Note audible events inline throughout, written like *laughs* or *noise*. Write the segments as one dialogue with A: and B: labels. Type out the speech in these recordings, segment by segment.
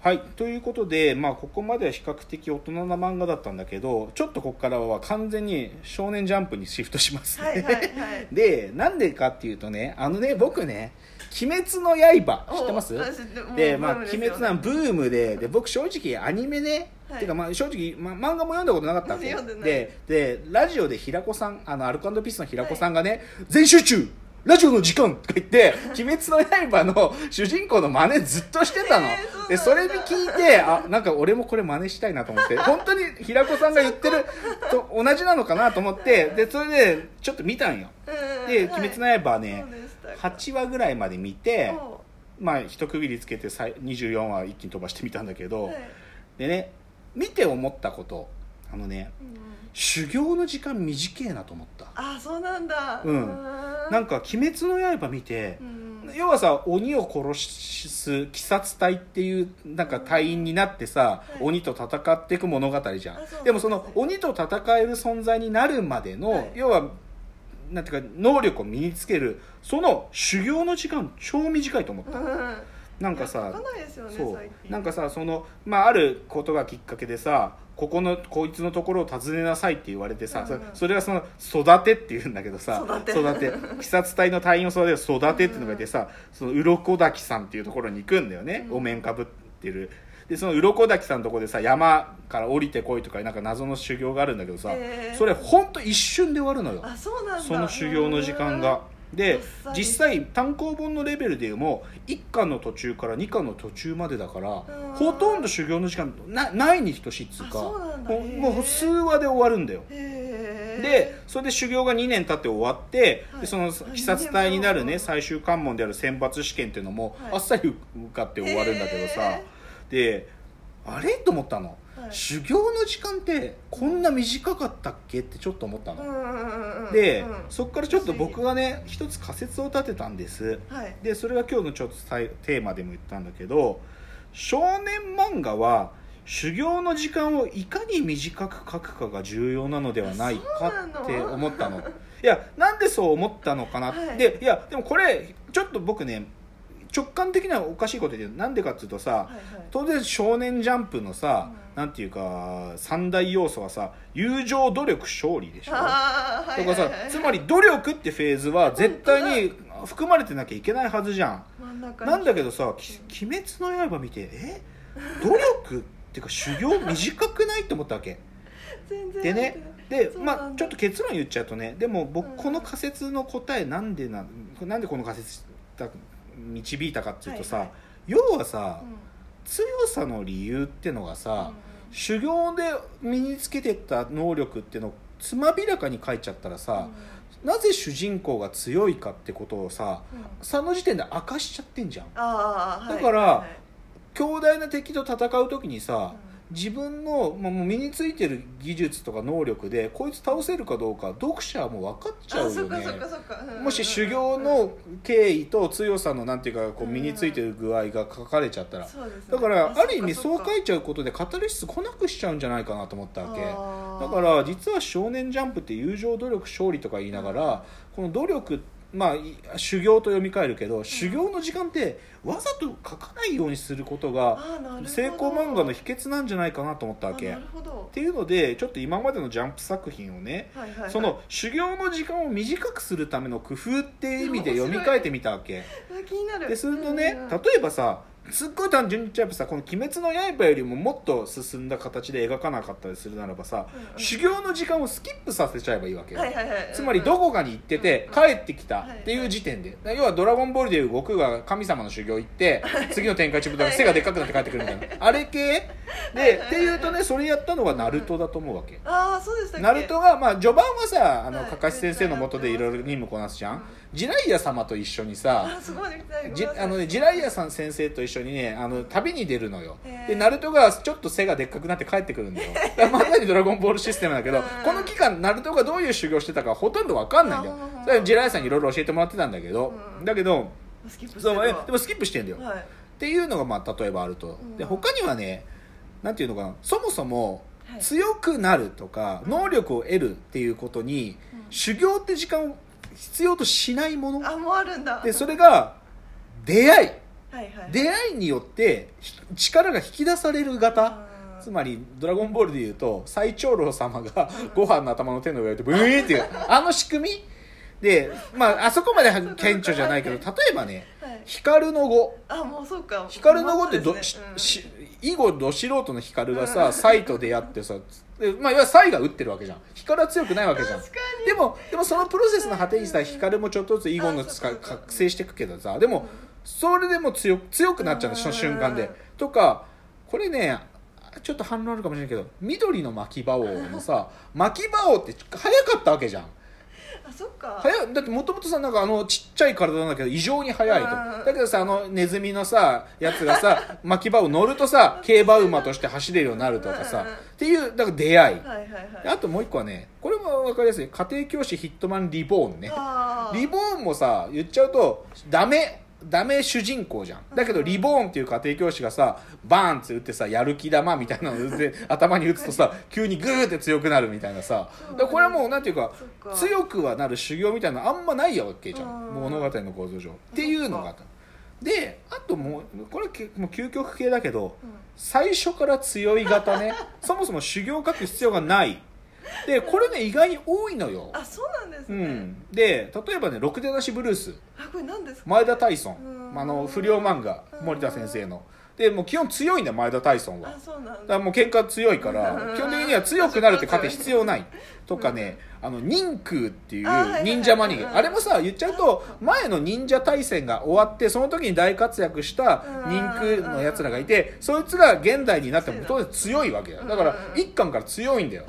A: はい、ということで、まあ、ここまでは比較的大人な漫画だったんだけどちょっとここからは完全に「少年ジャンプ」にシフトしますね、
B: はいは
A: *laughs*
B: いはい
A: でなんでかっていうとねあのね僕ね「鬼滅の刃」知ってます
B: おあ知ってもう
A: でまあ
B: ブーム
A: 鬼
B: ですよ
A: 滅なんブームでで僕正直アニメね、
B: はい
A: てかまあ正直、ま、漫画も読んだことなかったわけ
B: 読んでない
A: ででラジオで平子さんあのアルコピースの平子さんがね、全集中ラジオの時間とか言って「鬼滅の刃」の主人公の真似ずっとしてたの、
B: えーそうなんだ
A: でそれに聞いてあなんか俺もこれ真似したいなと思って本当に平子さんが言ってると同じなのかなと思ってでそれでちょっと見たんよ
B: うん
A: で「鬼滅の刃」はね
B: そうでしたか
A: 8話ぐらいまで見て、
B: お
A: まあ、一区切りつけてさい24話一気に飛ばしてみたんだけど、
B: はい
A: でね見て思ったことあのね
B: うん
A: 修行の時間短えなと思った
B: あそうなんだ
A: うん
B: う
A: なんか「鬼滅の刃」見て
B: う、ん
A: 要はさ鬼を殺す鬼殺隊っていうなんか隊員になってさ、
B: はい
A: 鬼と戦っていく物語じゃん
B: あそうなんですね
A: でもその鬼と戦える存在になるまでの、
B: はい
A: 要はなんていうか能力を身につけるその修行の時間超短いと思った、
B: うん
A: なんか
B: 書
A: さ
B: かないですよね
A: そ
B: 最
A: う
B: 近
A: なんかさその、まあ、あることがきっかけでさここのこいつのところを訪ねなさいって言われてさ、
B: うんうん
A: そそれがその育てっていうんだけどさ
B: 育て
A: 鬼殺隊の隊員を育てる育てっていうのがいてさ、その鱗滝さんっていうところに行くんだよね、
B: うん
A: お面かぶってるでその鱗滝さんのとこでさ山から降りてこいとかなんか謎の修行があるんだけどさ、
B: へー
A: それほんと一瞬で終わるのよ
B: あそうなんだ
A: その修行の時間がで
B: あっさり
A: 実際単行本のレベルでも1巻の途中から2巻の途中までだから
B: ん
A: ほとんど修行の時間なないに等しいっつうか
B: あそうなんだ
A: もう
B: へー
A: もう数話で終わるんだよ
B: へー
A: でそれで修行が2年経って終わって、
B: はい
A: でその
B: はい
A: 鬼殺隊になる
B: う
A: ね
B: ん
A: 最終関門である選抜試験っていうのも、
B: はい
A: あっさり受かって終わるんだけどさ、
B: へ
A: であれと思ったの、
B: はい
A: 修行の時間ってこんな短かったっけってちょっと思ったの、
B: うんうんうんうん
A: で、
B: うん
A: そこからちょっと僕がね一つ仮説を立てたんです
B: はい
A: でそれが今日のちょっとさいテーマでも言ったんだけど少年漫画は修行の時間をいかに短く書くかが重要なのではない
B: あそうな
A: か
B: の
A: って思ったのいやなんでそう思ったのかな、
B: はい
A: でいやでもこれちょっと僕ね直感的にはおかしいこと言ってるなんでかっていうとさ、
B: はいはい
A: 当然「少年ジャンプ」のさ、
B: うん
A: なんていうか三大要素はさ友情努力勝利でしょ
B: あーは
A: と
B: い
A: か
B: はい
A: さ
B: はい
A: つまり努力ってフェーズは絶対に含まれてなきゃいけないはずじゃん
B: 真ん中に
A: なんだけどさ「き鬼滅の刃」見てえ努力っていうか修行短くないと思ったわけ
B: 全然
A: でねで
B: そうなんだ
A: まあちょっと結論言っちゃうとねでも
B: う
A: 僕
B: ん
A: この仮説の答えなんでななんでこの仮説だ導いたかっていうとさ、
B: はいはい
A: 要はさ、
B: うん
A: 強さの理由ってのがさ、修行で身につけてった能力ってのをつまびらかに書いちゃったら
B: うん
A: さ、なぜ主人公が強いかってことをさ
B: うんうん
A: その時点で明かしちゃってんじゃん
B: あーはい
A: だから
B: はいはい
A: 強大な敵と戦う時にさ自分の、まあ、もう身についてる技術とか能力でこいつ倒せるかどうか読者はもう分かっちゃ
B: あ
A: うよ
B: そっ
A: ね
B: かそっかそっかうんうんうん
A: もし修行の経緯と強さのなんていうかこう
B: うん
A: 身についてる具合が書かれちゃったら
B: そうですね
A: だからある意味
B: そ
A: そ
B: っ
A: う
B: か
A: 書
B: そっ
A: いちゃうことでカタルシス来なくしちゃうんじゃないかなと思った
B: か
A: わけだ
B: あー
A: から実は「少年ジャンプ」って友情努力勝利とか言いながらこの努力まあい修行と読み替えるけど修行の時間ってわざと書かないようにすることが
B: あーなるほど
A: 成功漫画の秘訣なんじゃないかなと思ったわけ。
B: あな
A: っ
B: るほど
A: ていうのでちょっと今までのジャンプ作品をね
B: はいはいはい
A: その修行の時間を短くするための工夫っていう意味で読み替えてみたわけ。
B: あ気になる
A: でするとね、
B: うんうん
A: 例えばさすっごい単純に言っちゃえばさこの「鬼滅の刃」よりももっと進んだ形で描かなかったりするならばさ、
B: うんうん
A: 修行の時間をスキップさせちゃえばいいわけよ、
B: はいはいはい
A: つまりどこかに行ってて、
B: うん
A: 帰ってきたっていう時点で、だから要は「ドラゴンボール」でいう悟空が神様の修行行って、次の展開中だから背がでっかくなって帰ってくるみたいな、あれ系で、
B: はいはいはい
A: っていうとねそれやったのがナルトだと思うわけ、
B: ああそうでしたっけ
A: ナルトが、まあ、序盤はさあの、
B: はい
A: かかし先生のもとでいろいろ任務こなすじゃん、ジライヤ様と一緒にさ、
B: あすごい見たい
A: じ
B: ごめんなさい
A: あのね、ジライアさん先生と一緒にねあの旅に出るのよ
B: へー
A: でナルトがちょっと背がでっかくなって帰ってくるんだよだからまさに「ドラゴンボール」システムだけど
B: うん
A: この期間ナルトがどういう修行してたかほとんど分かんないんだよ
B: あほんほんほん
A: だからジライアさんにいろいろ教えてもらってたんだけど
B: うん
A: だけど
B: スキップして
A: そ
B: るわ
A: うえでもスキップしてんだよっ
B: はい
A: ていうのがまあ例えばあると
B: うん
A: で他にはねなんていうのかなそもそも
B: はい
A: 強くなるとか能力を得るっていうことに
B: うん
A: 修行って時間を必要としないもの
B: あもうあるんだ
A: でそれが出会い
B: はいはい
A: 出会いによってひ力が引き出される型
B: あー
A: つまり「ドラゴンボール」でいうと最長老様がご飯の頭の手の上を置いてブイーンっていうあの仕組みでまああそこまで顕著じゃないけど例えばね
B: はい
A: 光の語
B: あもうそうか
A: 光の語ってど、
B: まあ
A: し
B: そうですね
A: し囲碁ど素人の光が
B: う
A: さ
B: ん
A: サイと出会ってさでまあいわゆるサイが打ってるわけじゃん光は強くないわけじゃん
B: 確かに
A: でもでもそのプロセスの果てにさ光もちょっとずつ囲碁の
B: あそう
A: 使
B: そ
A: いう
B: そう
A: 覚醒していくけどさで
B: うん
A: もそれでも強く強くなっちゃうのその瞬間
B: う
A: で
B: ん
A: とかこれねちょっと反論あるかもしれないけど緑の巻き場王もさ巻き場王って早かったわけじゃん
B: あそっか
A: 早いだってもともとさなんかあのちっちゃい体なんだけど異常に速いと
B: うんうん
A: だけどさあのネズミのさやつがさ *laughs* 巻き場を乗るとさ競馬馬として走れるようになるとかさ
B: うんうんうん
A: っていうだから出会い
B: はいはいはい
A: あともう一個はねこれも分かりやすい家庭教師ヒットマンリボーンね
B: あー
A: リボーンもさ言っちゃうとダメダメ主人公じゃんだけど
B: うん
A: リボーンっていう家庭教師がさバーンって打ってさやる気玉みたいなので頭に打つとさ急にグーって強くなるみたいなさ
B: そ
A: だ
B: う
A: からこれはもうなんていうか
B: そっか
A: 強くはなる修行みたいなのあんまないわけじゃん
B: うん
A: 物語の構造上っていうのがあったであともうこれけもう究極系だけど
B: うん
A: 最初から強い型
B: *laughs*
A: ねそもそも修行を書く必要がないでこれね意外に多いのよ
B: あそうなんです
A: う
B: ね、
A: ん、で例えばね「ろくでなしブルース
B: あこれ何です」か
A: 前田大孫
B: うん
A: あの不良漫画
B: うん
A: 森田先生のでもう基本強いんだよ前田大孫は
B: あそうな
A: だ
B: ん
A: か
B: だ
A: らもう喧嘩強いから
B: うん
A: 基本的には強くなるって糧必要ないとかねあの忍空っていう
B: あはいはい
A: 忍者マニ
B: う
A: ア
B: ん
A: あれもさ言っちゃうと前の忍者大戦が終わってその時に大活躍した忍空のやつらがいてそいつが現代になっても当然強いわけだよだから
B: うん
A: 一巻から強いんだよ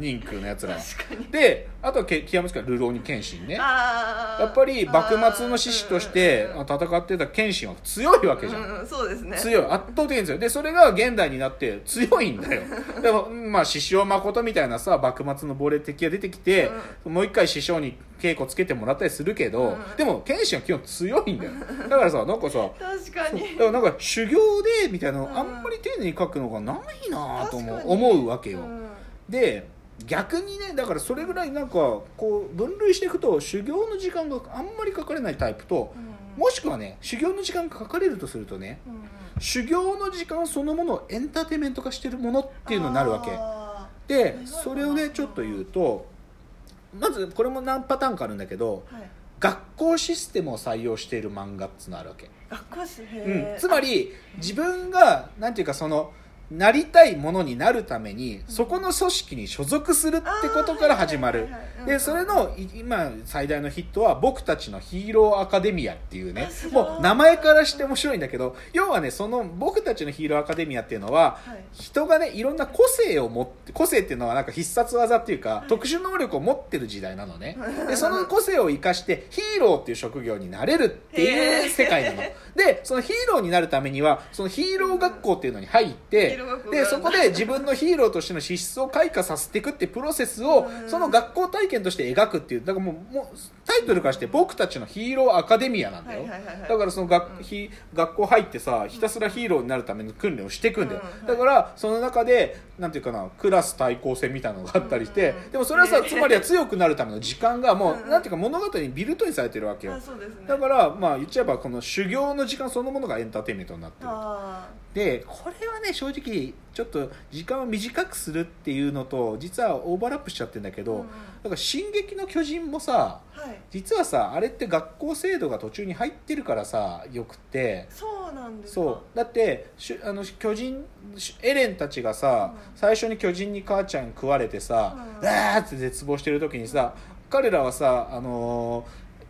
A: 忍空のやつらは
B: 確かに
A: であとはけ極めつけは流浪に剣心ね
B: あー
A: やっぱり幕末の志士として
B: うんうんうん
A: 戦ってた謙信は強いわけじゃ
B: うんんうんそうですね
A: 強い圧倒的に強いでそれが現代になって強いん
B: *laughs*
A: だよでもまあ師匠誠みたいなさ幕末の亡霊敵が出てきて、もう一回師匠に稽古つけてもらったりするけど、
B: うん
A: でも謙信は基本強いんだ
B: *laughs*
A: よだからさなんかさ
B: 確かに
A: だからなんか修行でみたいな
B: うん
A: のあんまり丁寧に書くのがないなぁとも
B: 確かに
A: 思うわけよ、
B: うん
A: で逆にねだからそれぐらいなんかこう分類していくと修行の時間があんまりかかれないタイプと
B: うん
A: もしくはね修行の時間がかかれるとするとね
B: うんうん
A: 修行の時間そのものをエンターテインメント化してるものっていうのになるわけ
B: あ
A: で
B: なるほど
A: それをねちょっと言うとまずこれも何パターンかあるんだけど
B: ーはい
A: 学校システムを採用している漫画っつうのあるわけ、
B: 学校誌
A: うん
B: へ、ー
A: つまり自分がなんていうかそのなりたいものになるためにそこの組織に所属するってことから始まる
B: あーはいはいはいはい
A: でそれのい今最大のヒットは「僕たちのヒーローアカデミア」っていうね
B: あすごい
A: もう名前からして面白いんだけど要はねその「僕たちのヒーローアカデミア」っていうのは
B: はい
A: 人がねいろんな個性を持って個性っていうのはなんか必殺技っていうか特殊能力を持ってる時代なの
B: *laughs*
A: ねでその個性を生かしてヒーローっていう職業になれるって
B: へ
A: いう
B: ー
A: 世界なのでそのヒーローになるためにはそのヒーロー学校っていうのに入って
B: ヒーロー学校
A: でそこで自分のヒーローとしての資質を開花させていくってプロセスを
B: うん
A: その学校体験として描くっていうだからもうもうタイトルからして僕たちのヒーローアカデミアなんだよ
B: はいはいはいはい
A: だからその学,、
B: うん
A: ひ学校入ってさひたすらヒーローになるための訓練をしていくんだよ、
B: うん
A: だからその中でなんていうかなクラス対抗戦みたいなのがあったりして、
B: うん
A: でもそれはさ
B: ね
A: つまりは強くなるための時間がもう、
B: うん
A: なんていうか物語にビルトインされてるわけよ
B: あそうですね
A: だからまあ言っちゃえばこの修行の時間そのものがエンターテインメントになってる
B: あ
A: でこれはね正直ちょっと時間を短くするっていうのと実はオーバーラップしちゃってるんだけ
B: ー
A: ど、
B: うんうん
A: だから「進撃の巨人」もさ
B: はい
A: 実はさあれって学校制度が途中に入ってるからさよくって
B: そうなんですか
A: そうだってしゅあの巨人しエレンたちがさ、
B: うん
A: 最初に巨人に母ちゃん食われてさ「
B: うん
A: わ、ー!」って絶望してる時にさ彼らはさ、あの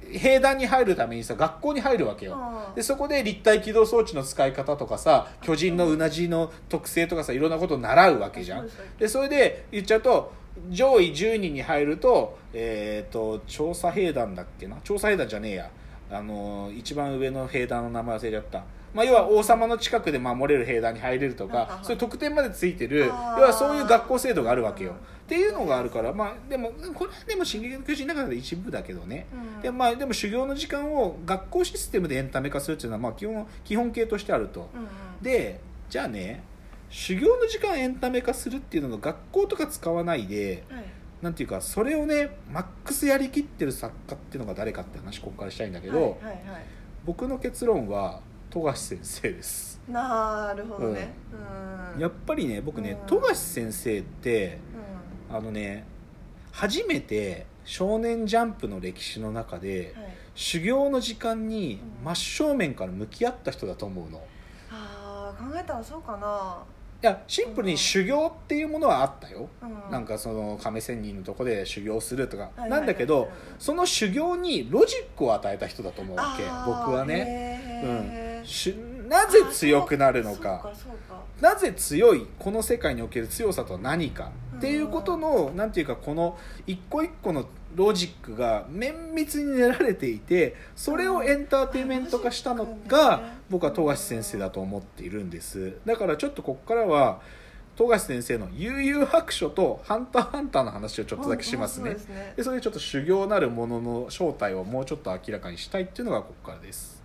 A: ー兵団に入るためにさ学校に入るわけよ、
B: あー
A: でそこで立体起動装置の使い方とかさ巨人のうなじの特性とかさいろんなことを習うわけじゃ
B: あそうんでしたっけ
A: でそれで言っちゃうと上位10人に入ると,、えー、と調査兵団だっけな調査兵団じゃねえやあのー一番上の兵団の名前忘れちゃった、まあ、要は王様の近くで守れる兵団に入れると
B: はいはい
A: か
B: はい
A: そういう特典までついてる要
B: あー
A: はそういう学校制度があるわけよ
B: うん
A: っていうのがあるから、まあ、でもこれはでも「進撃の巨人」の中で一部だけどね、
B: うん
A: でまあ、でも修行の時間を学校システムでエンタメ化するっていうのはまあ基本基本形としてあると、
B: うんうん
A: でじゃあね修行の時間エンタメ化するっていうのが学校とか使わないで
B: はい
A: なんていうかそれをねマックスやりきってる作家っていうのが誰かって話ここからしたいんだけど、
B: はいはいはい
A: 僕の結論は富樫先生です
B: なるほどねうん
A: やっぱりね僕ね
B: うん
A: 富樫先生ってあのね初めて「少年ジャンプ」の歴史の中で
B: うんはい
A: 修行の時間に
B: うん
A: 真正面から向き合った人だと思うの
B: あー考えたらそうかない
A: やシンプル
B: う
A: に
B: ん
A: 修行っていうものはあったよ
B: うん
A: なんかその亀仙人のとこで修行するとか
B: はいはいはい
A: なんだけどその修行にロジックを与えた人だと思うわけ
B: あー
A: 僕はね
B: へー
A: しなぜ強くなるの
B: あそ
A: か
B: うそうか
A: なぜ強いこの世界における強さとは何かっていうことのなんていうかこの一個一個のロジックが綿密に練られていてそれをエンターテインメント化したの
B: うん
A: が僕は富樫先生だと思っているんですだからちょっとここからは富樫先生の悠々白書と「ハンターハンター」の話をちょっとだけします
B: そう
A: ね
B: ですね
A: でそれでちょっと修行なるものの正体をもうちょっと明らかにしたいっていうのがここからです